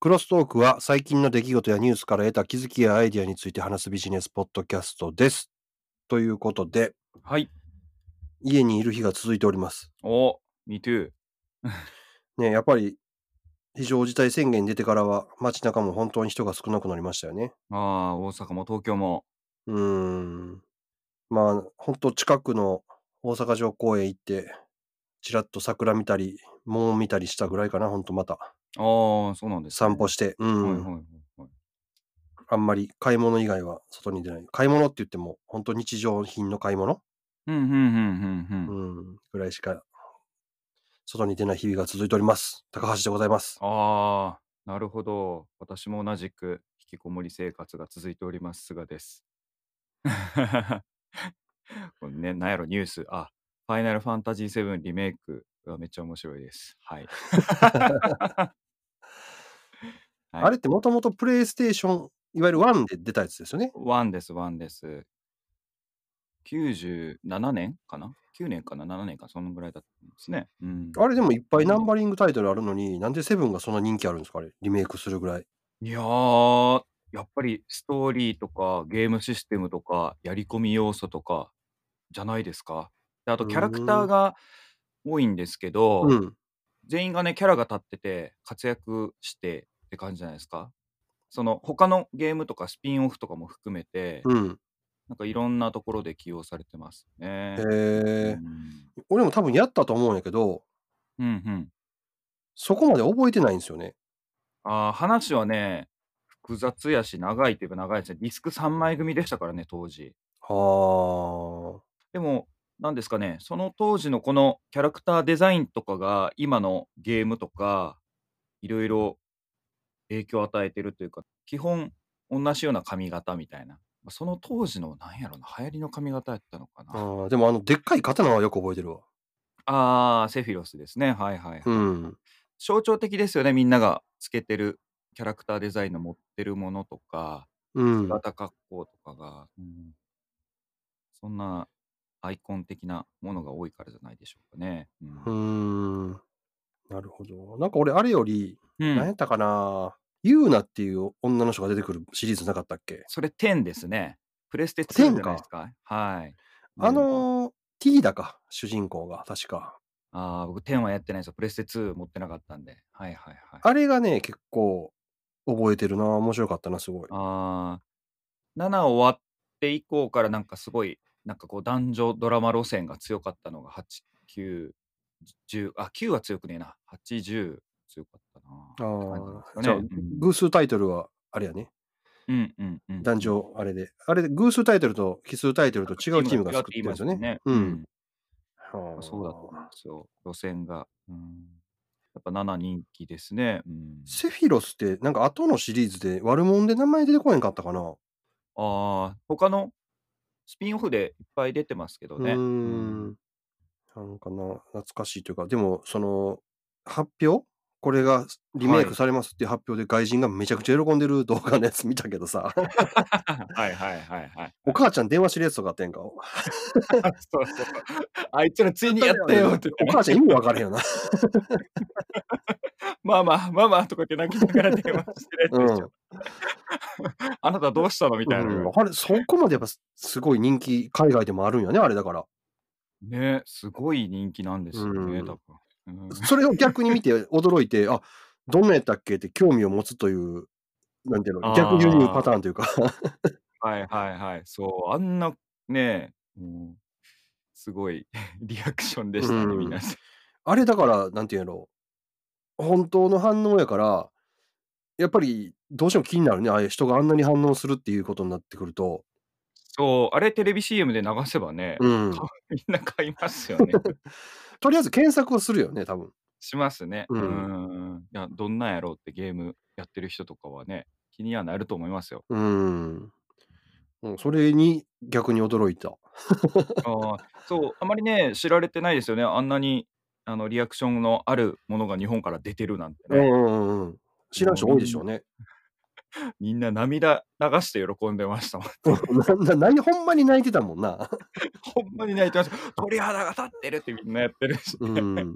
クロストークは最近の出来事やニュースから得た気づきやアイディアについて話すビジネスポッドキャストです。ということで、はい。家にいる日が続いております。お、me too。ね、やっぱり非常事態宣言出てからは街中も本当に人が少なくなりましたよね。ああ、大阪も東京も。うーん。まあ、本当近くの大阪城公園行って、ちらっと桜見たり、桃見たりしたぐらいかな、本当また。ああ、そうなんです、散歩して、うはいん、はいはいはい。あんまり買い物以外は外に出ない。買い物って言っても、本当日常品の買い物、うんうんうんうんう。うんん、ぐらいしか、外に出ない日々が続いております。高橋でございます。ああ、なるほど。私も同じく引きこもり生活が続いております、菅です。 これね、なんやろ、ニュース。あ、ファイナルファンタジー7リメイクがめっちゃ面白いです。はい。はいあれってもともとプレイステーション、いわゆる1で出たやつですよね。ワンです、ワンです。97年かな ?9 年かな ?7 年か、そのぐらいだったんですね。うん、あれでもいっぱいナンバリングタイトルあるのに、なんでセブンがそんな人気あるんですかあれ、リメイクするぐらい。いやー、やっぱりストーリーとかゲームシステムとか、やり込み要素とかじゃないですか。であと、うーんキャラクターが多いんですけど、うん。全員がね、キャラが立ってて、活躍してって感じじゃないですか。その他のゲームとかスピンオフとかも含めて、うん。なんかいろんなところで起用されてますねへ。うえ。ん俺も多分やったと思うんやけど、うんうん。そこまで覚えてないんですよね。あー話はね、複雑やし、長いといえば長いですね。ディスク3枚組でしたからね、当時。はでも、なんですかね、その当時のこのキャラクターデザインとかが、今のゲームとか、いろいろ影響を与えてるというか、基本、同じような髪型みたいな。まあその当時の、なんやろな、流行りの髪型やったのかな。あー。でもあの、でっかい刀はよく覚えてるわ。あー、セフィロスですね。はいはいはい。うん。象徴的ですよね、みんながつけてるキャラクターデザインの持ってるものとか、うん。姿格好とかが、うんそんなアイコン的なものが多いからじゃないでしょうかね。ううんーん。なるほど。なんか俺、あれより、うん何やったかな、ユーナっていう女の人が出てくるシリーズなかったっけそれ10ですね。プレステ2じゃ10ないですか。はい。あのー、ティーダか、主人公が、確か。ああ、僕10はやってないですよ。プレステ2持ってなかったんで。はいはいはい。あれがね、結構、覚えてるな。面白かったな、すごい。あー7終わって以降からなんかすごいなんかこう男女ドラマ路線が強かったのが8910あ9は強くねえな80強かったあなってー感じじゃなあんですかね、偶数タイトルは、あれやね。うんうんうんうん男女、あれで。あれで、偶数タイトルと奇数タイトルと違うチームが違作ってるんですよね。違ってう言いまん。すうんはあそうだと思うんですよ路線が、うん、やっぱ7人気ですね、うん、セフィロスって、なんか後のシリーズで悪者で名前出てこへんかったかな。ああ他のスピンオフでいっぱい出てますけどねうー うんん。なんかな、懐かしいというか、でも、その、発表これがリメイはクいされますっていう発表で外人がめちゃくちゃ喜んでる動画のやつ見たけどさ、 はいはいはいはいお母ちゃん電話してるやつとかあってんか。そうそう。あいつらついにやったよってお母ちゃん意味わからへんよな。まあまあ、まあまあとかって泣きながら電話してる やつでしょ。あなたどうしたのみたいな。うんあれ、そこまでやっぱすすごい人気、海外でもあるんやね、あれだから。ね、すごい人気なんですよね、うん多分。うんそれを逆に見て驚いて、あ、どんなやったっけって興味を持つという、なんていうの、逆輸入パターンというか。はいはいはい。そう、あんな、ね、もうすごいリアクションでしたね、うん皆さん。あれだから、なんていうの、本当の反応やから、やっぱりどうしても気になるね、ああいう人があんなに反応するっていうことになってくると。そう、あれテレビ CM で流せばね、 うん。みんな買いま すよね。とりあえず検索をするよね、多分。しますね。ううんん。いや、どんなんやろうってゲームやってる人とかはね、気にはなると思いますよ。うん。うん、それに逆に驚いた。あーそう、あまりね、知られてないですよね。あんなにあのリアクションのあるものが日本から出てるなんてうんね。うんうんうん。知らん人多いでしょうね。みんな涙流して喜んでましたもん。なななほんまに泣いてたもんな。ほんまに泣いてました。鳥肌が立ってるってみんなやってるし、うん。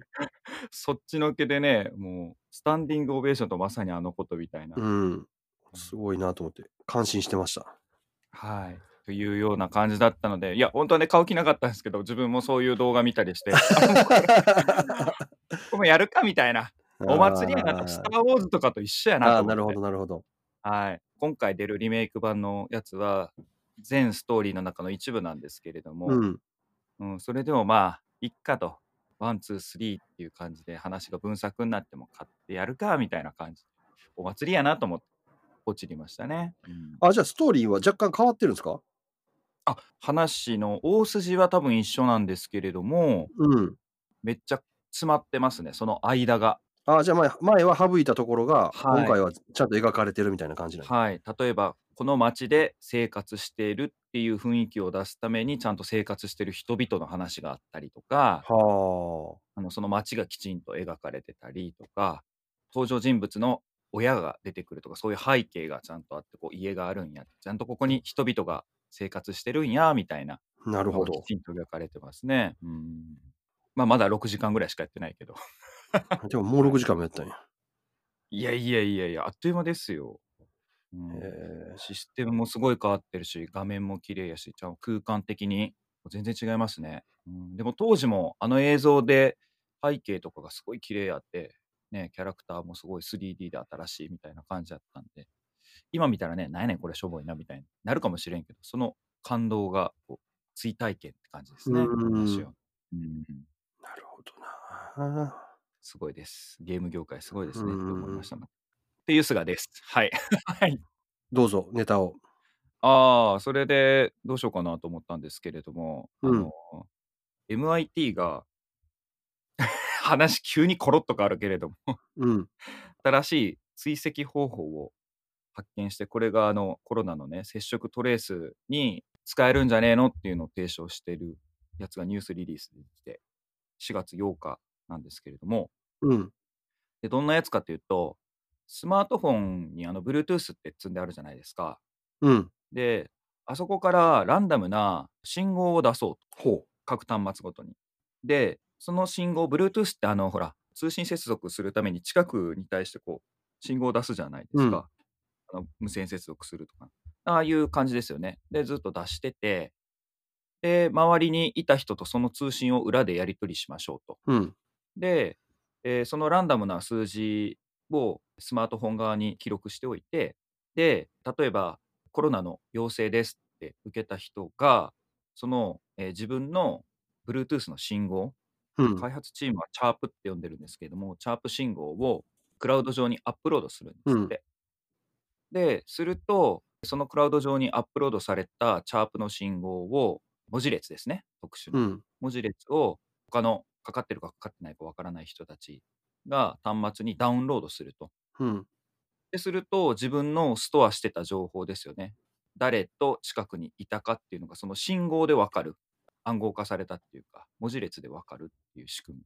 そっちのけでね、もう、スタンディングオベーションとまさにあのことみたいな。うん。うんすごいなと思って、感心してました。はい。というような感じだったので、いや、本当はね、買う気なかったんですけど、自分もそういう動画見たりして、あ、もうこれ、これやるかみた いな。 お祭りやなと、スあター・ウォーズとかと一緒やあ、なあとあなる思っほて。ど、なるほど。はい。今回出るリメイク版のやつは、全ストーリーの中の一部なんですけれどうも、ん。うん、それでもまあ、いっかと、ワン、ツー、スリーっていう感じで話が分作になっても買ってやるか、みたいな感じ。お祭りやなと思って、落ちりましたね。うん、あ、じゃあストーリーは若干変わってるんですかあ、話の大筋は多分一緒なんですけれども、うん。めっちゃ詰まってますね、その間が。あ、じゃあ前前は省いたところが、今はい。回はちゃんと描かれてるみたいな感じなんや。はい。例えば、この街で生活しているっていう雰囲気を出すために、ちゃんと生活している人々の話があったりとか、はあのその街がきちんと描かれてたりとか、登場人物の親が出てくるとか、そういう背景がちゃんとあって、こう家があるんや、ちゃんとここに人々が生活してるんや、みたいなあ、なるのほがきど。ちんと描かれてますね。うん。まあ、まだ6時間ぐらいしかやってないけど。 でももう6時間もやったんや。いやいやいやいや、あっという間ですよ。うへん、えシステムもすごい変わってるし、画面も綺麗やし、ちゃん空間的に全然違いますね、うん。でも当時もあの映像で背景とかがすごい綺麗やって、ね、キャラクターもすごい 3D で新しいみたいな感じだったんで、今見たらね、なんやねんこれしょぼいなみたいになるかもしれんけど、その感動がこう追体験って感じですうね、ん。話を。うん、なるほどな。すごいです。ゲーム業界すごいでうすねって思いまん。したもん。っていうすがです。はい。 はい。どうぞ、ネタを。ああ、それでどうしようかなと思ったんですけれども、うあん。の、MIT が 話急にコロッと変わるけれども、うん。新しい追跡方法を発見して、これがあのコロナのね、接触トレースに使えるんじゃねえのっていうのを提唱してるやつがニュースリリースで来て、4月8日なんですけれども、うん。で、どんなやつかというと、スマートフォンにあの Bluetooth って積んであるじゃないですか。うん。で、あそこからランダムな信号を出そうと。ほ各端末ごとに。で、その信号、Bluetooth ってあの、ほら、通信接続するために近くに対してこう、信号を出すじゃないでう。すうん。か。あの無線接続するとか。ああいう感じですよね。で、ずっと出してて、で、周りにいた人とその通信を裏でやり取りしましょうと。うん。で、えーそのランダムな数字をスマートフォン側に記録しておいて、で、例えばコロナの陽性ですって受けた人が、その、えー自分の Bluetooth の信号、うん。開発チームはチャープって呼んでるんですけれども、チャープ信号をクラウド上にアップロードするんでうすっん。て。で、すると、そのクラウド上にアップロードされたチャープの信号を、文字列ですね、特殊うな。ん。文字列を、他のかかってるかかかってないかわからない人たちが端末にダウンロードすると。うん。ですると、自分のストアしてた情報ですよね。誰と近くにいたかっていうのが、その信号でわかる。暗号化されたっていうか、文字列でわかるっていう仕組み。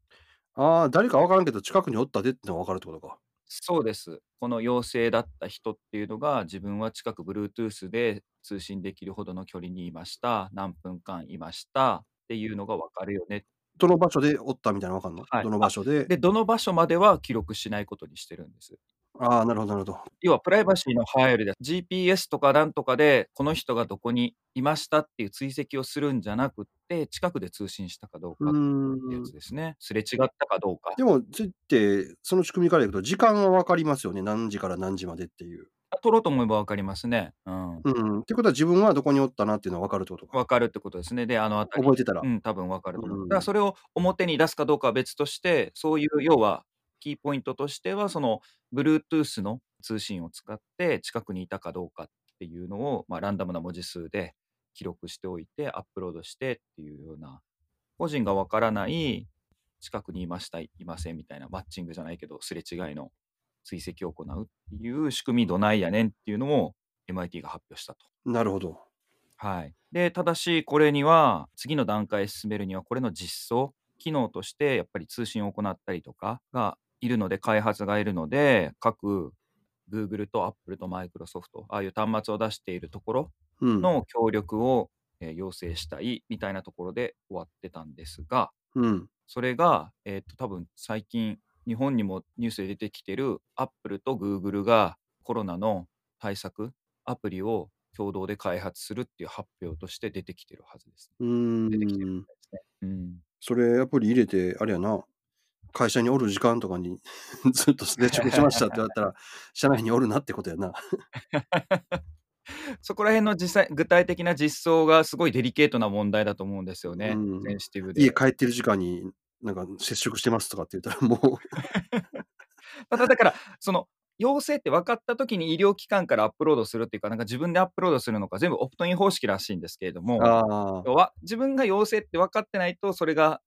ああ、誰かわからんけど、近くにおったでってのはわかるってことか。そうです。この陽性だった人っていうのが、自分は近く Bluetooth で通信できるほどの距離にいました。何分間いましたっていうのがわかるよね。どの場所でおったみたいなのわかんのはい。どの場あ、所で。で、どの場所までは記録しないことにしてるんです。ああ、なるほど、なるほど。要はプライバシーの配慮で GPS とかなんとかでこの人がどこにいましたっていう追跡をするんじゃなくって近くで通信したかどううかってやーつん。ですねすれ違ったかどうかでも、ついて、その仕組みからいくと、時間はわかりますよね。何時から何時までっていう。取ろうと思えば分かりますねうんうん。ってことは、自分はどこにおったなっていうのはわかるってことか。分かるってことですねであのあた覚えりてたら。うん多分分かると思ううだからん。それを表に出すかどうかは別としてそういう要はキーポイントとしてはその Bluetooth の通信を使って近くにいたかどうかっていうのを、まあ、ランダムな文字数で記録しておいてアップロードしてっていうような個人がわからない近くにいましたいませんみたいなマッチングじゃないけどすれ違いの追跡を行うっていう仕組みどないやねんっていうのを MIT が発表したと。なるほど。はい、でただしこれには次の段階へ進めるにはこれの実装機能としてやっぱり通信を行ったりとかがいるので開発がいるので各 Google と Apple と Microsoft、ああいう端末を出しているところうん。の協力を、えー要請したいみたいなところで終わってたんですが、うん。それが、えっと、多分最近、日本にもニュースで出てきてる Apple と Google がコロナの対策、アプリを共同で開発するっていう発表として出てきてるはずですね。う出てきてるーみん。たいですね。うん。それアプリ入れて、あれやな、会社におる時間とかに ずっと接触しましたって言われたら、社内におるなってことやな。そこら辺の実際具体的な実装がすごいデリケートな問題だと思うんですようね。セん。ンシティブ家 で。帰ってる時間になんか接触してますとかって言った らもただだから、その陽性って分かった時に医療機関からアップロードするっていうか、なんか自分でアップロードするのか、全部オプトイン方式らしいんですけれどう、も、ああ、要は自分が陽性って分かってないと、それが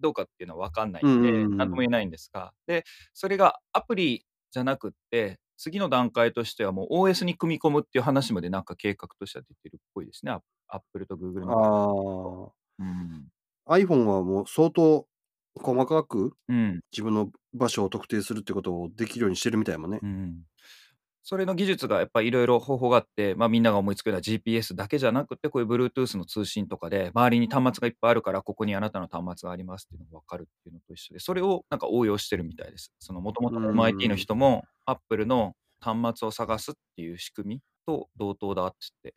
どうかっていうのは分かんなういんんうで、なんんとうもん。言えないんですが、で、それがアプリじゃなくって、次の段階としてはもう OS に組み込むっていう話までなんか計画としては出てるっぽいですね、アップルと Google の開発と。あうん。あ、iPhone はもう相当細かくうん。自分の場所を特定するってことをできるようにしてるみたいもんね。うん。それの技術がやっぱりいろいろ方法があって、まあ、みんなが思いつくような GPS だけじゃなくて、こういう Bluetooth の通信とかで、周りに端末がいっぱいあるから、ここにあなたの端末がありますっていうのが分かるっていうのと一緒で、それをなんか応用してるみたいです。そのもともうと MIT のん。人も Apple の端末を探すっていう仕組みと同等だって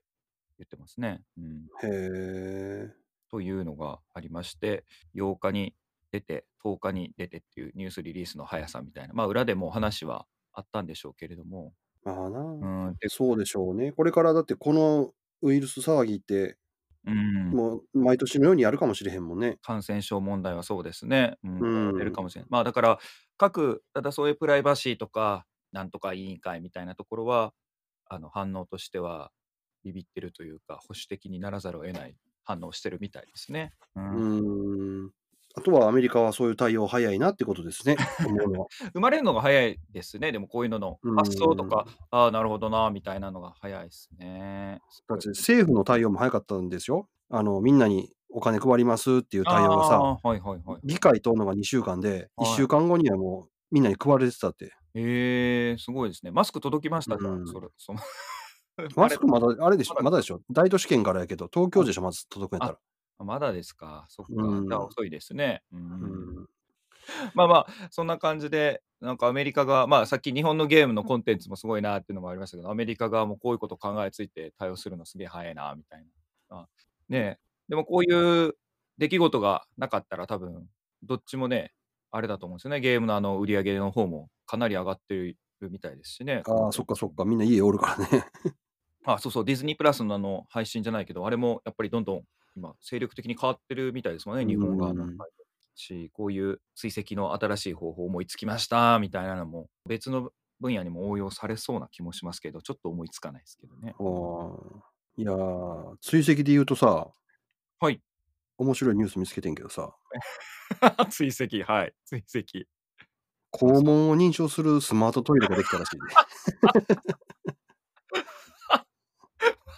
言ってますね。うん、へえ。というのがありまして、8日に出て、10日に出てっていうニュースリリースの速さみたいな、まあ、裏でもお話はあったんでしょうけれども、まあうな、ん、でそうでしょうね。これからだってこのウイルス騒ぎって、うん、もう毎年のようにやるかもしれへんもんね。感染症問題はそうですね、うん、う出るかん。もしれない。まあだから、各、ただそういうプライバシーとか、なんとか委員会みたいなところは、あの反応としては、ビビってるというか、保守的にならざるを得ない反応をしてるみたいですね。うん、うん。あとはアメリカはそういう対応早いなってことですね。思う のは。生まれるのが早いですね、でもこういうののう発想とか、ん。ああ、なるほどな、みたいなのが早いですね。すだっごい。て政府の対応も早かったんですよ。あの、みんなにお金配りますっていうあ対応がさ、あ、はいはいはい議会通るのが2週間で、1はい。週間後にはもうみんなに配られてたって。ええー、すごいですね。マスク届きましうたじゃあ、そん。れ、 その 生まマスれたクまだ、あれでしょ、まだまだか。でしょ。大都市圏からやけど、東京あでしょ、まず届くんやったあ、ら。まだですか。そっうか。じゃあん。遅いですね。う。うんん。まあまあ、そんな感じで、なんかアメリカが、まあさっき日本のゲームのコンテンツもすごいなっていうのもありましたけど、アメリカ側もこういうことを考えついて対応するのすげえ早いな、みたいな。あねえ。でもこういう出来事がなかったら多分、どっちもね、あれだと思うんですよね。ゲームのあの売り上げの方もかなり上がってるみたいですしね、コンああ、テそンっかツそもっか。みんな家おるからね。 あ、そうそう、ディズニープラスのあの配信じゃないけど、あれもやっぱりどんどん今、精力的に変わってるみたいですもんね、う日本側の。ん。はいし、こういう追跡の新しい方法を思いつきましたみたいなのも、別の分野にも応用されそうな気もしますけど、ちょっと思いつかないですけどね。 あうん、ーいやー、追跡で言うとさ、はい。面白いニュース見つけてんけどさ、追跡、はい。追跡。 どう肛ぞ。門を認証するスマートトイレができたらし いね。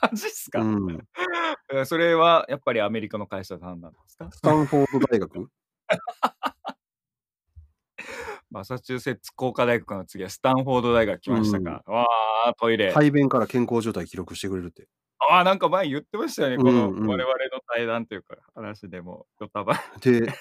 マジっすうかん。えそれはやっぱりアメリカの会社さんなんですかスタンフォード大 学マサチューセッツ工科大学の次はスタンフォード大学来うましたん。かわー、トイレ。排便から健康状態記録してくれるって。ああ、なんか前言ってましたよね。うこのんうん。我々の対談というか話でも、ドタバ。 で、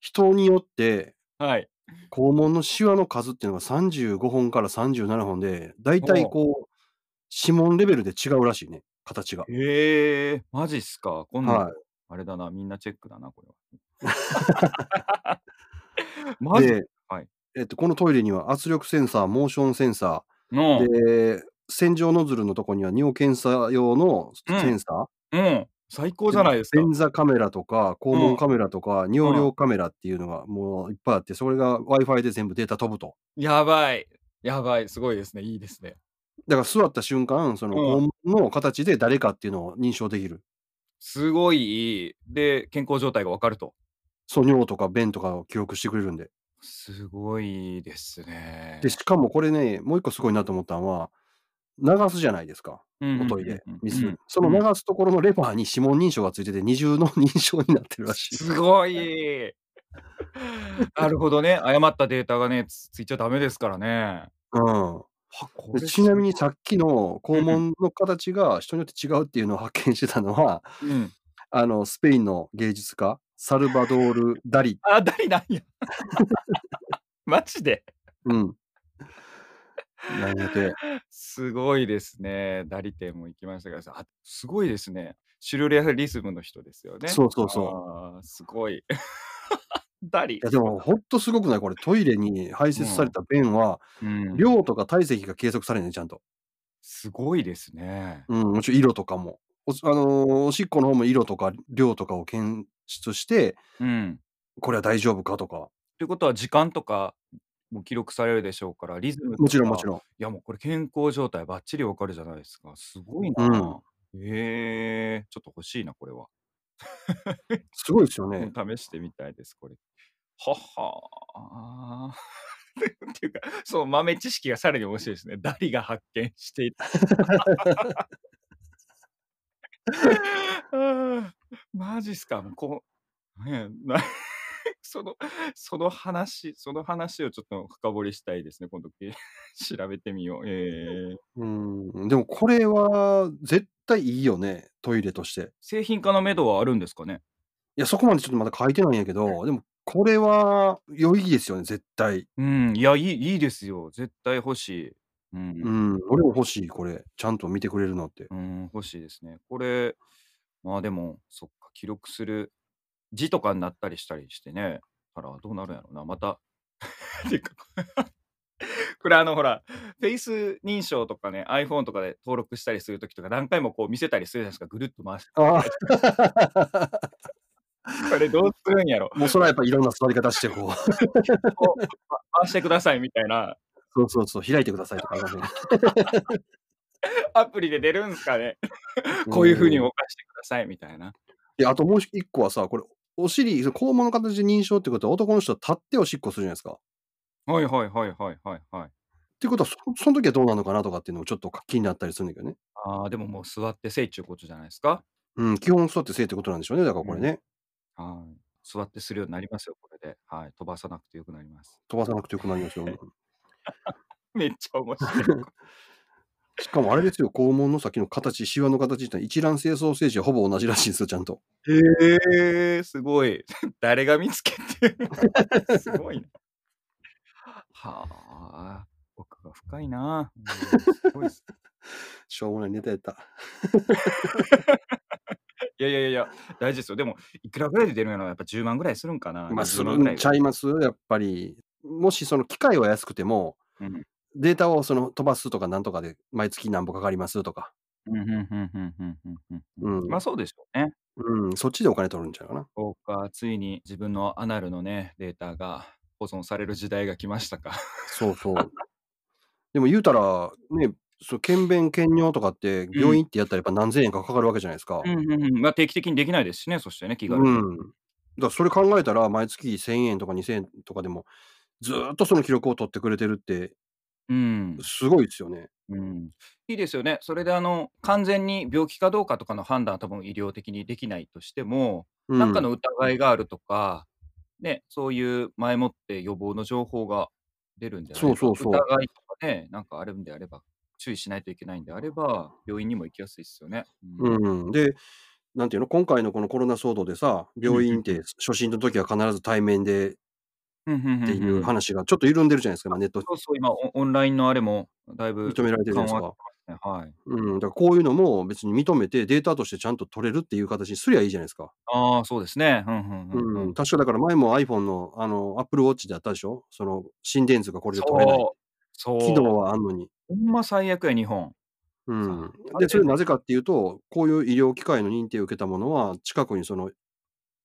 人によってはい。肛門のシワの数っていうのが35本から37本で、だいたいほう。こう、指紋レベルで違うらしいね、形が。ええマジっすか。今は度、あれだな、みんなチェックだな、これい。 は。 マジで、はい。えっと、このトイレには圧力センサー、モーションセンサー、の、で、洗浄ノズルのとこには尿検査用のうセンん、サうん、最高ー、じでゃないですか。便座カメラとか、肛う門ん、カメラとか、尿うん。量カメラっていうのがもういっぱいあって、それが Wi-Fi で全部データ飛ぶと。やばい。やばい。すごいですね。いいですね。だから座った瞬間、そのう肛ん。門の形で誰かっていうのを認証できる。すごいいい。で、健康状態がわかると。そう、尿とか便とかを記録してくれるんで。すごいですで、ね。しかもこれね、もう一個すごいなと思ったのは、流すじゃないですか。うおトん、イうん、レ、うん、う水。ん、そうん。のうん流すところのレバーに指紋認証がついてて、二重の認証になってるらしい。すごい。なるほどね。誤ったデータがね、つついちゃダメですからね。うん。は、こでれちすなみにさっきのご肛い。うんうん。門の形が人によって違うっていうのを発見してたのは、 うん。あの、スペインの芸術家、サルバドール・ダリ。あ、ダリなん や。マジで？うん。なので。すごいですね。ダリ展も行きましたが、さあ、すごいですね。シュルレアリスムの人ですよね。そうそうそう。ああ、すごい。 ダリ、いやですごも、かほんとすごくない？これトイレに排う泄されん。た便は、うん。量とか体積が計測されんねん、ちゃんと。すごいですね。うん、もちろん色とかも。おあの、おしっこの方も色とか量とかを検出して、うん。これは大丈夫かとか。ということは時間とかも記録されるでしょうから、リズムもとちろんもか、ちろん。いやもうこれ健康状態ばっちり分かるじゃないですか。すごいな。うん。ええ、ちょっと欲しいな、これは。すごいですようん、ね。 試してみたいです、これ。は は。っていうか、その豆知識がさらに面白いですね。ダリが発見していああ、 マジっすか。もうこう、ね、な そのその話その話をちょっと深掘りしたいですね、今度け調べてみよう。ええ。うーん、でもこれは絶対いいよね、トイレとして。製品化のめどはあるんですかね？いや、そこまでちょっとまだ書いてないんやけど、でもこれは良いですよね、絶対。うん、いや、いいいいですよ。絶対欲しい。う。うんん、俺も欲しい、これ。ちゃんと見てくれるのって。うん、欲しいですね。これ、まあ、でも、そっか、記録する字とかになったりしたりしてね、あら、どうなるんやろな、また。 てか、これあの、ほら、フェイス認証とかね、iPhone とかで登録したりする時とか、何回もこう見せたりするじゃないですか、ぐるっと回して。ああ。これどうするんやろ。もうそれはやっぱいろん な座り方してこう。 こう、ま回してくださいみたいな。そうそうそう、開いてくださいとかありますね。アプリで出るんすかね。う こういう風にーん。動かしてくださいみたいな。いや、あともうし1個はさ、これ、お尻、その肛門の形で認証ってことは、男の人は立っておしっこするじゃないですか。はいはいはいはいはいはい。ってことは、そそん時はどうなのかなとかっていうのもちょっとか気になったりするんだけどね。ああ、でももう座ってせいっちゅうことじゃないですか？うん、基本座ってせいってことなんでしょうね、だからうこれん。ね。はい。座ってするようになりますよ、これで。はい、飛ばさなくて良くなります。飛ばさなくて良くなりますよ。うん。 めっちゃ面白い。しかもあれですよ、肛門の先の形、シワの形ってのは一卵性ソーセージはほぼ同じらしいんですよ、ちゃんと。 へえ、すごい。 誰が見つけて すごいな。はあ、奥が深いな。うん、すご いっす。しょうもないネタやった。いやいやいやいや、大事ですよ。でも、いくらぐらいで出るんやろ、やっぱ10万ぐらいするんかま、な？にじゅすうまるんぐらんいちゃいます？やっぱり。もしその機械は安くても、うん。データをその飛ばすとかなんとかで、毎月なんぼかかりますとか。うん、ふんふんふんふんふんふんふん。うま、ん。そうでしょうね。うん、そっちでお金取るんちゃうかな。そうか、ついに自分のアナルのね、データが保存される時代が来ましたか。そうそう。 でも言うたら、ね、そう、検便検尿とかってう病ん。院行ってやったらやっぱ何千円かかかるわけじゃないですか。うんうんうん。ま、定期的にできないですしね、そしてね、気軽うに。ん。だ、それ考えたら、毎月1000円とか2000円とかでも、ずっとその記録を取ってくれてるって、うん。すごいですよね。うん。いいですよね。それであの、完全に病気かどうかとかの判断は多分医療的にできないとしても、うなんかん。の疑いがあるとか、ね、そういう前もって予防の情報が出るんであそれうば、そうそう。疑いとかね、なんかあるんであれば、注意しないといけないんであれば、病院にも行きやすいっすよね。うん。うん。で、なんていうの、今回のこのコロナ騒動でさ、うん、病ふ院っんふん。て初診の時は必ず対面でっうん、ふんふてんふいんうふん。話がちょっと緩んでるじゃないですか、今あ、ネットそうそう、今オオンラインのあれもだいぶ認められてるじゃ緩ないですか。和してますね、はい。うん、だからこういうのも別に認めてデータとしてちゃんと取れるっていう形にすりゃいいじゃないですか。ああ、そうですね。ふんふんふんふ。うんん、確かだから前も iPhone のあの Apple Watch であったでしょ？その心電図がこれで取れない。そう、機能そう。はあんのに。ほんま最悪や、日本。うさん。あ、あで、れそでれもなぜかっていうと、こういう医療機関への認定を受けたものは、近くにその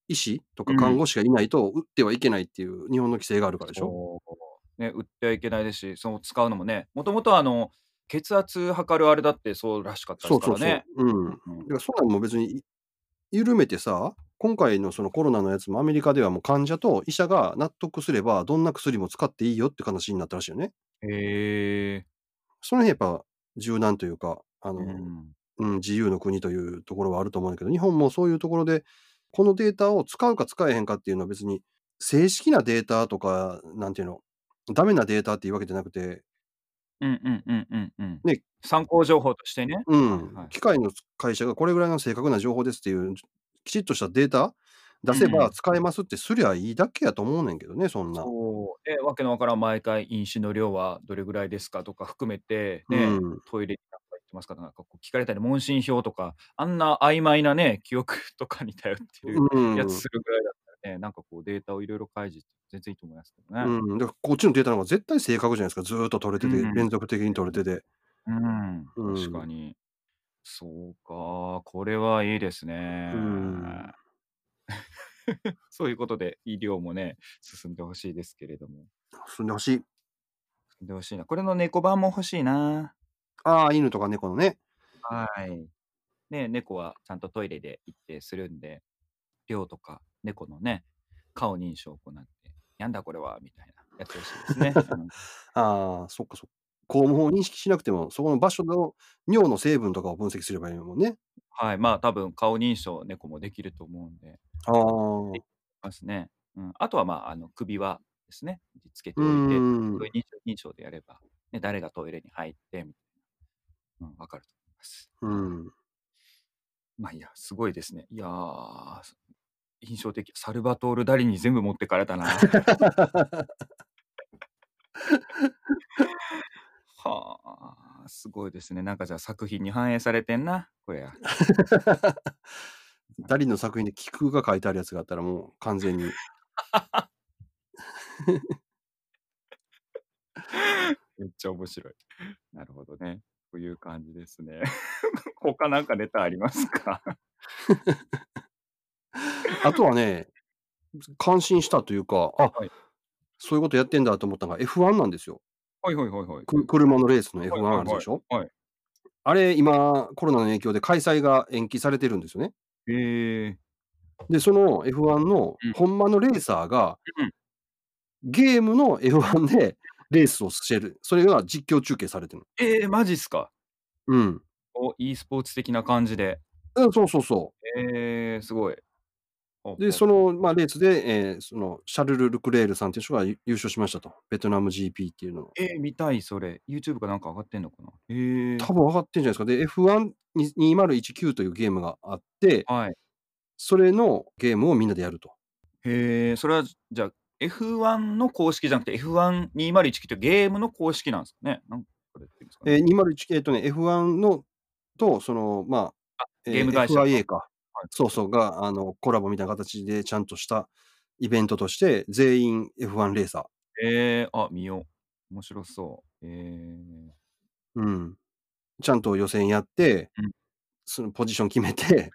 医師とうか看ん。護師がいないと打ってはいけないっていう日本の規制があるからでしょ？そう。ね、売ってはいけないですし、その使うのもね、もともとあの、血圧測るあれだってそうらしかったでそすうそうからそね。う。うん。だうんうん。からそんなんも別に、い緩めてさ、今回のそのコロナのやつもアメリカではもう患者と医者が納得すれば、どんな薬も使っていいよって話になったらしいよね。へえ。その辺やっぱ柔軟というか、あうの、ん。うん、自由の国というところはあると思うんだけど、日本もそういうところで、このデータを使うか使えへんかっていうのは別に、正式なデータとか、なんていうの、ダメなデータっていうわけじゃなくてうんうんうんうんうん。ね。参考情報としてね。うはいん、はい。機械の会社がこれぐらいの正確な情報ですっていう、きちっとしたデータ出うせばん。使えますってすりゃいいだけやと思うねんけどね、そんなん。そう、ね、わけのわからん毎回飲酒の量はどれぐらいですかとか含めて、うね、ん。トイレに何回行ってますかとか、なんかこう聞かれたり問診票とか、あんな曖昧なね、記憶とかに頼ってるうやつん。するぐらいだったらね、なんかこうデータをいろいろ開示って全然いいと思いますけどね。うん、だからこっちのデータの方が絶対正確じゃないですか。ずっと取れうてて、ん。連続的に取れてて。うん、う確かん。に。そうか、これはいいですうね。ん。 そういうことで、医療もね、進んでほしいですけれども。進んでほしい。進んでほしいな。これの猫版も欲しいな。ああ、犬とか猫のね。はい。ね、猫はちゃんとトイレで行ってするんで、量とか猫のね、顔認証を行って、やんだこれは、みたいな、やってほしいですね。 うん。ああ、そっかそっか。肛門を認識しなくても、そこの場所の尿の成分とかを分析すればいいもんね。はい。まあ、多分、顔認証、猫もできると思うんで、あできあ。ますね。うん。あとは、まあ、あの、首輪ですね。つけうておいて、ーそういん。う認証認証でやれば、ね、誰がトイレに入って、みうん、わかると思います。うはい。ん。 まあ、いや、すごいですね。いや、印象的。サルバトール・ダリに全部持ってかれたな。はあ、すごいですね。なんかじゃあ作品に反映されてんな、こりゃ。 ダリの作品で気空が書いてあるやつがあったらもう完全に。めっちゃ面白い。なるほどね。という感じですね。 他なんかネタありますか？あとはね、感心したというか、あ、はい。そういうことやってんだと思ったのが F1 なんですよ。はいはいはいはい。く車のレースのはい F1 はあいるではい。しょ。はい。あれ、今、コロナの影響で開催が延期されてるんですよね。ええ。で、その F1 のうん。ほんまのレーサーがうん。ゲームの F1 でレースをしてる。それが実況中継されてる。ええ、マジっすか？うん。お、e スポーツ的な感じで。うん、そうそうそう。ええ、すごい。ほうで、ほうそほう。の、まあ、レースで、えー、そのシャルル・ルクレールさんという人がゆ優勝しましたと。ベトナム GP っていうのを。ええ、見たいそれ。YouTube かなんか上がってんのかな？ええ。多分上がってんじゃないですか。で、F12019 というゲームがあって、はい。それのゲームをみんなでやると。へえ、それはじゃあ、F1 の公式じゃなくて F12019 ってゲームの公式なんすかね？なんかでやってんですかえね？ー、201、えっとね、F1 のと、その、まあ、あ、ゲーえムー、会社と。 FIA か。はい。そうそうが、あの、コラボみたいな形でちゃんとしたイベントとして、全員 F1 レーサー。ええ、あ、見よう。面白そう。ええ。うん。ちゃんと予選やって、うん。そのポジション決めて、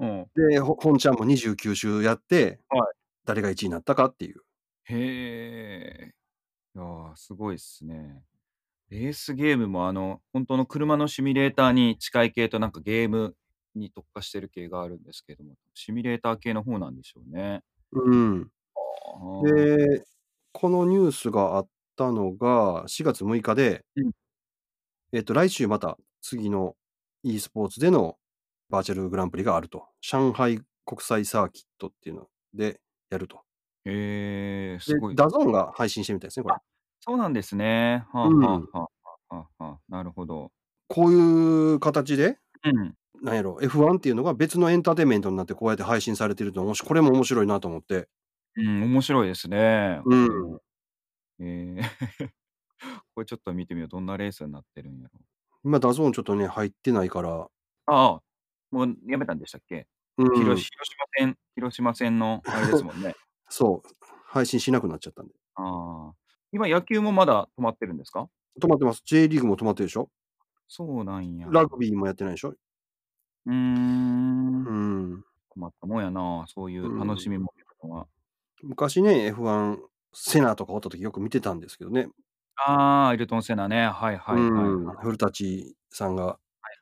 うん。で、ほ本ちゃんも29周やって、はい。誰が1位になったかっていう。へえ。いや、すごいっすね。レースゲームもあの、ほんとの車のシミュレーターに近い系となんかゲームに特化してる系があるんですけども、シミュレーター系の方なんでしょうね。うん。ああ。で、このニュースがあったのが、4月6日で、うん。えっと、来週また次の e スポーツでのバーチャルグランプリがあると。上海国際サーキットっていうのでやると。へえ、すで、ごい。ダゾーンが配信してるみたいですね、こあ、れ。そうなんですね。はうあはん。あはあはあはあ。なるほど。こういう形で、うん。なんやろ、F1 っていうのが別のエンターテインメントになってこうやって配信されてると、もしこれも面白いなと思って。うん、面白いですね。うこれん。も。ええ。 これちょっと見てみよう。どんなレースになってるんやろ。今、ダゾーンちょっとね、入ってないから。ああ、もうやめたんでしたっけ？うひろん。広島戦広島戦のあれですも んね。そう。配信しなくなっちゃったんで。ああ。今野球もまだ止まってるんですか？止まってます。J リーグも止まってるでしょそうなんや。ラグビーもやってないでしょうーん。うん。困ったもんやな。そういうう楽しみん。ものは。昔ね、F1、セナとかおった時よく見てたんですけどね。ああ、アイルトン・セナね。はいはいはい。うん。古舘さんが。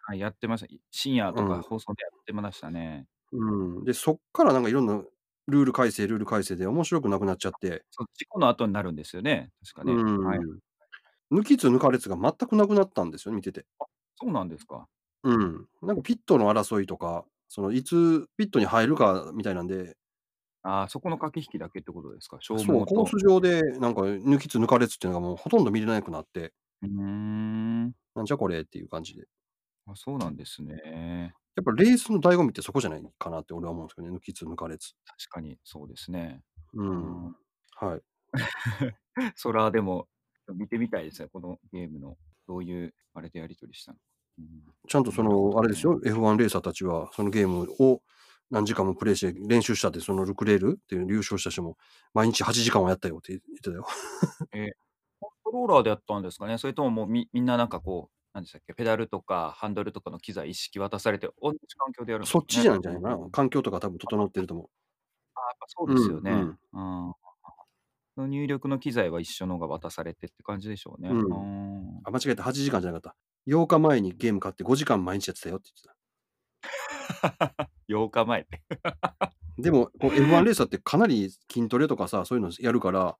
はい、やってました。い深夜うとかん。放送でやってましたね。うん。で、そっからなんかいろんなルール改正、ルール改正で面白くなくなっちゃって。そう、事故の後になるんですよね、確かうね。はい。ん。抜きつ抜かれつが全くなくなったんですよね、見てて。あ、そうなんですか。うん。なんかピットの争いとか、そのいつピットに入るかみたいなんで、ああ、そこの駆け引きだけってことですか。消そう、耗コーと。ス上でなんか抜きつ抜かれつっていうのがもうほとんど見れなくなって、うーん。なんじゃこれっていう感じで。あ、そうなんですね。やっぱレースの醍醐味ってそこじゃないかなって俺は思うんですけどね、抜きつ抜かれつ。確かにそうですね。う。うんん。はい。そらでも見てみたいですね。このゲームのどういうあれでやり取りしたのか。うん、ちゃんとそなるほの、どあれですね。よ、F1 レーサーたちは、そのゲームを何時間もプレイして練習したって、そのルクレールっていう優勝した人も、毎日8時間はやったよって言ってたよ。えーコントローラーでやったんですかねそれとももうみみんななんかこう、なんでしたっけ、ペダルとかハンドルとかの機材一式渡されて、同じ環境でやるんでそすっかちねじゃ多ないんじゃない分。かな。環境とか多分整ってると思あやっぱそうう。でうすん、ようね。ん、うん。その入力の機材は一緒のが渡されてって感じでしょうね。う。うんん。あ、間違えた。8時間じゃなかった。8日前にゲーム買って5時間毎日やってたよって言ってた。 8日前って。でも、こう F1 レーサーってかなり筋トレとかさ、そういうのやるから、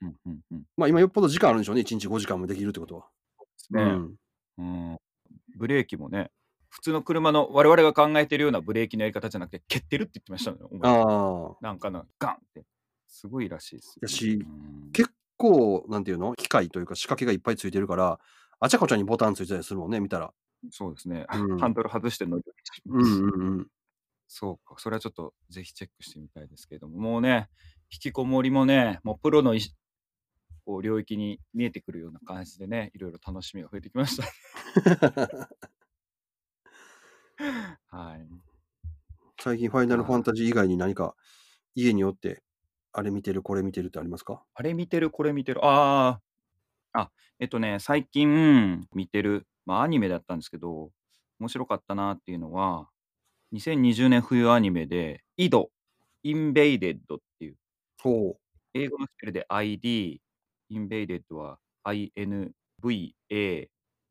うんうんうん。でまあ今よっぽど時間あるんでしょうね。1日5時間もできるってことは。すうね。ん。うん。ブレーキもね、普通の車の我々が考えてるようなブレーキのやり方じゃなくて、蹴ってるって言ってましたね、思いっきり。ああ。なんかのガンって。すごいらしいですやよし、ね。うん。結構、なんていうの機械というか仕掛けがいっぱいついてるから、あちゃこちゃにボタンついてたりするもんね、見たら。そうですね。う ハンん。ドル外して乗り降りしまうす。んうんうん。そうか。それはちょっとぜひチェックしてみたいですけれども、もうね、引きこもりもね、もうプロのいこう領域に見えてくるような感じでね、いろいろ楽しみが増えてきました。 はい。 最近、ファイナルファンあタジー以外に何か家によって、あれ見てる、これ見てるってありますかあれ見てる、これ見てる。ああ。あ、えっとね、最近見てる、まあアニメだったんですけど、面白かったなっていうのは、2020年冬アニメで、井戸、インベイデッドっていう、ほう。英語のスペルで ID、インベイデッドは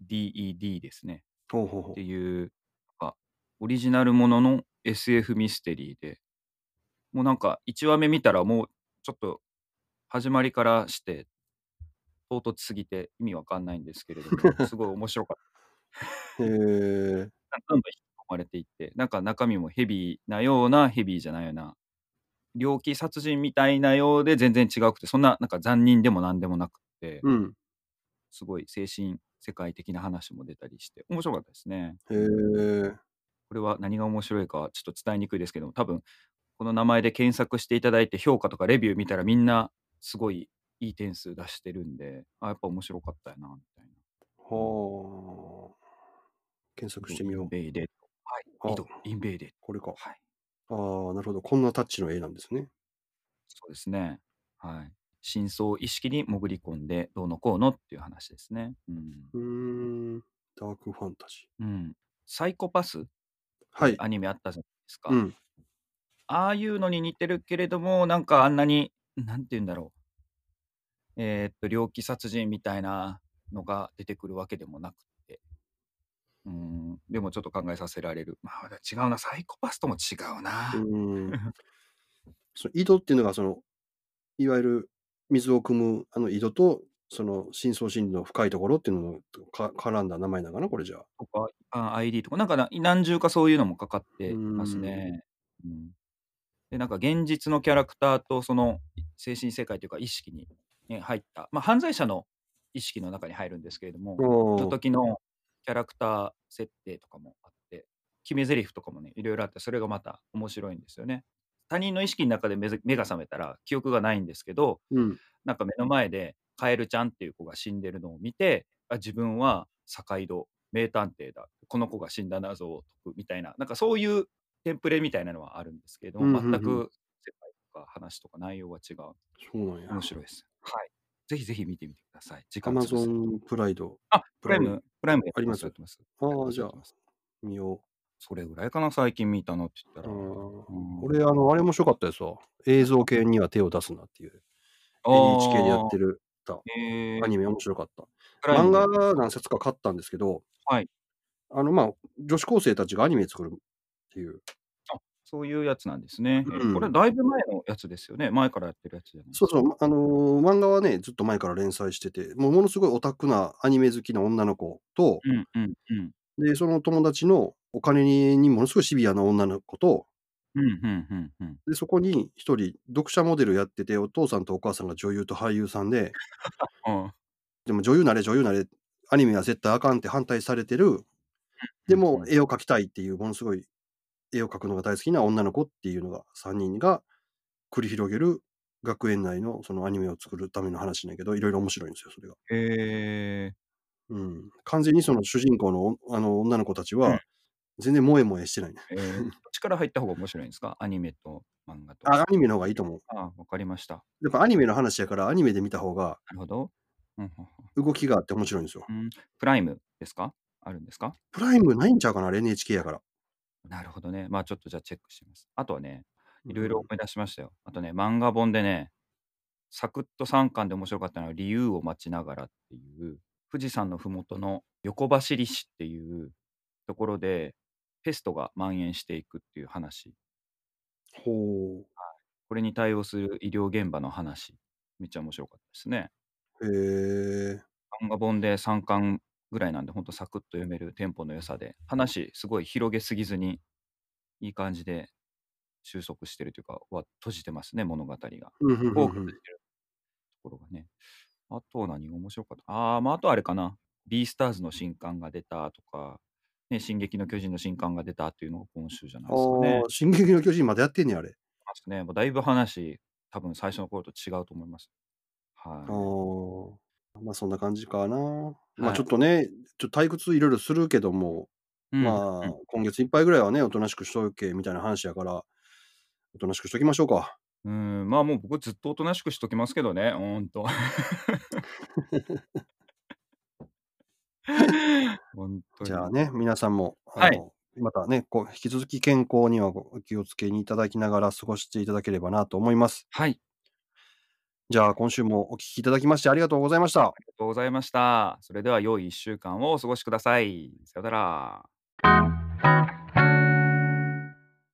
INVADED ですね。ほうほうっほてう。いう、なんかオリジナルものの SF ミステリーで、もうなんか1話目見たらもうちょっと始まりからして唐突すぎて意味わかんないんですけれども、 すごい面白かっへえ。た。どんどん引き込まれていって、なんか中身もヘビーなようなヘビーじゃないような、猟奇殺人みたいなようで全然違うくて、そんななんか残忍でもなんでもなくて、うん。すごい精神世界的な話も出たりして、面白かったですね。へうん、え。これは何が面白いかはちょっと伝えにくいですけども、多分この名前で検索していただいて評価とかレビュー見たらみんなすごいいい点数出してるんで、あ、やっぱ面白かったよな、みたいな。うん。はあ。検井索し戸てみインよベイデッド。はい。う。井あ、戸インベイデッド。これか。はい。ああ、なるほど。こんなタッチの絵なんですね。そうですね。はい。真相を意識に潜り込んでどうのこうのっていう話ですね。うん。うーん。ダークファンタジー。うん。サイコパスってはいうい。アニメあったじゃないですうか。ん。ああいうのに似てるけれども、なんかあんなに、なんて言うんだろう。えーっと、猟奇殺人みたいなのが出てくるわけでもなくて。うん。でもちょっと考えさせられる。まあ、違うな。サイコパスとも違ううな。 ーん。その井戸っていうのが、その、いわゆる水を汲むあの井戸と、その深層心理の深いところっていうのとか絡んだ名前なのかな、これじゃあ。とか、あ ID とか、なんかな何重かそういうのもかかっうーてますん。ね。うん。で、なんか現実のキャラクターとその精神世界というか意識に、ね、入った、まあ、犯罪者の意識の中に入るんですけれども、のああ。時のキャラクター設定とかもあって、決め台詞とかもね、いろいろあって、それがまた面白いんですよね。他人の意識の中で目ざ目が覚めたら記憶がないんですけど、うん。なんか目の前でカエルちゃんっていう子が死んでるのを見て、あ自分は坂戸名探偵だ、この子が死んだ謎を解くみたいな、なんかそういうテンプレみたいなのはあるんですけれどうも、ん、うん、全うん。く世界とか話とか内容は違う。そうなんや。面白いです。はい。ぜひぜひ見てみてください。時ア間マ潰ゾせると。ンプライド、あ、ププラライイムム、プライムやっあてりま、ますやすってます。あやってあ、ます、じやゃっあ、てます。見よそれぐらいかな、最近見たのって言ったう。ら。ああ。うん。俺、あの、あれ面白かったですわ。映像系には手を出すなっていう。NHK でやっああ、てるたえアー、ニメ面白かった。プライ漫ムでや画ってますか何冊か買ったんですけど、はい。あの、まあ、女子高生たちがアニメ作るっていう。あそういうやつなんですね。えーうこれん。だいぶ前のやつですよね。前からやってるやつじゃないでそすうそか。う、まあのー漫画はね、ずっと前から連載してて、もうものすごいオタクなアニメ好きな女の子と、うんうんうん。で、その友達のお金にものすごいシビアな女の子と、うん、ふんふんふん。で、そこに1人読者モデルやってて、お父さんとお母さんが女優と俳優さんでうん。でも女優なれ女優なれ、アニメは絶対あかんって反対されてる、うでん、ふんふもん。絵を描きたいっていう、ものすごい絵を描くのが大好きな女の子っていうのが3人が繰り広げる学園内のそのアニメを作るための話なんやけど、色々面白いんですよ、それが。へえ。うん、完全にその主人公の、おあの、女の子たちうん。は、全然萌え萌えしてないね。ええ、どっちから入った方が面白いんですか？アニメと漫画と。あ、アニメの方がいいと思う。ああ、分かりました。やっぱアニメの話やから、アニメで見た方がなるほど。ふんふんふん。動きがあって面白いんですよ。うん、プライムですか？あるんですか？プライムないんちゃうかな、あれ NHK やから。なるほどね。まあ、ちょっとじゃあチェックしてみます。あとはね、う色々ん。思い出しましたよ。あとね、漫画本でね、サクッと3巻で面白かったのは、理由を待ちながらっていう、富士山の麓の横走り市っていうところで、ペストが蔓延していくっていう話。ほう。はい。これに対応する医療現場の話、めっちゃ面白かったですね。へえ。漫画本で3巻ぐらいなんで、ほんとサクッと読めるテンポの良さで、話すごい広げすぎずに、いい感じで収束してるというか、わ閉じてますね、物語が。うん、ふんふフォーんカふスん。してるところがね。あと何が面白かった、ああ、ま、あとあれかな、ビースターズの新刊が出たとか、ね、進撃の巨人の新刊が出たっていうのが今週じゃないですかあね。あ、進撃の巨人まだやってんねや、あれ。ますね。もうだいぶ話、多分最初の頃と違うと思います。あはい。あ、ま、そんな感じかな。ま、はちょっい。とね、ちょ退屈色々するけども、うん、まうあ、ん。今月いっぱいぐらいはね、おとなしくしとけみたいな話やから、おとなしくしときましょうか。うーん、まあ、もう僕ずっとおとなしくしときますけどね、ほ んと。ほんとじゃあに。ね、皆さんも、あはい。の、またね、こう、引き続き健康にはごお気を付けにいただきながら過ごしていただければなと思います。はい。じゃあ、今週もお聞きいただきましてありがとうございました。ありがとうございました。それでは良い1週間をお過ごしください。さよなら。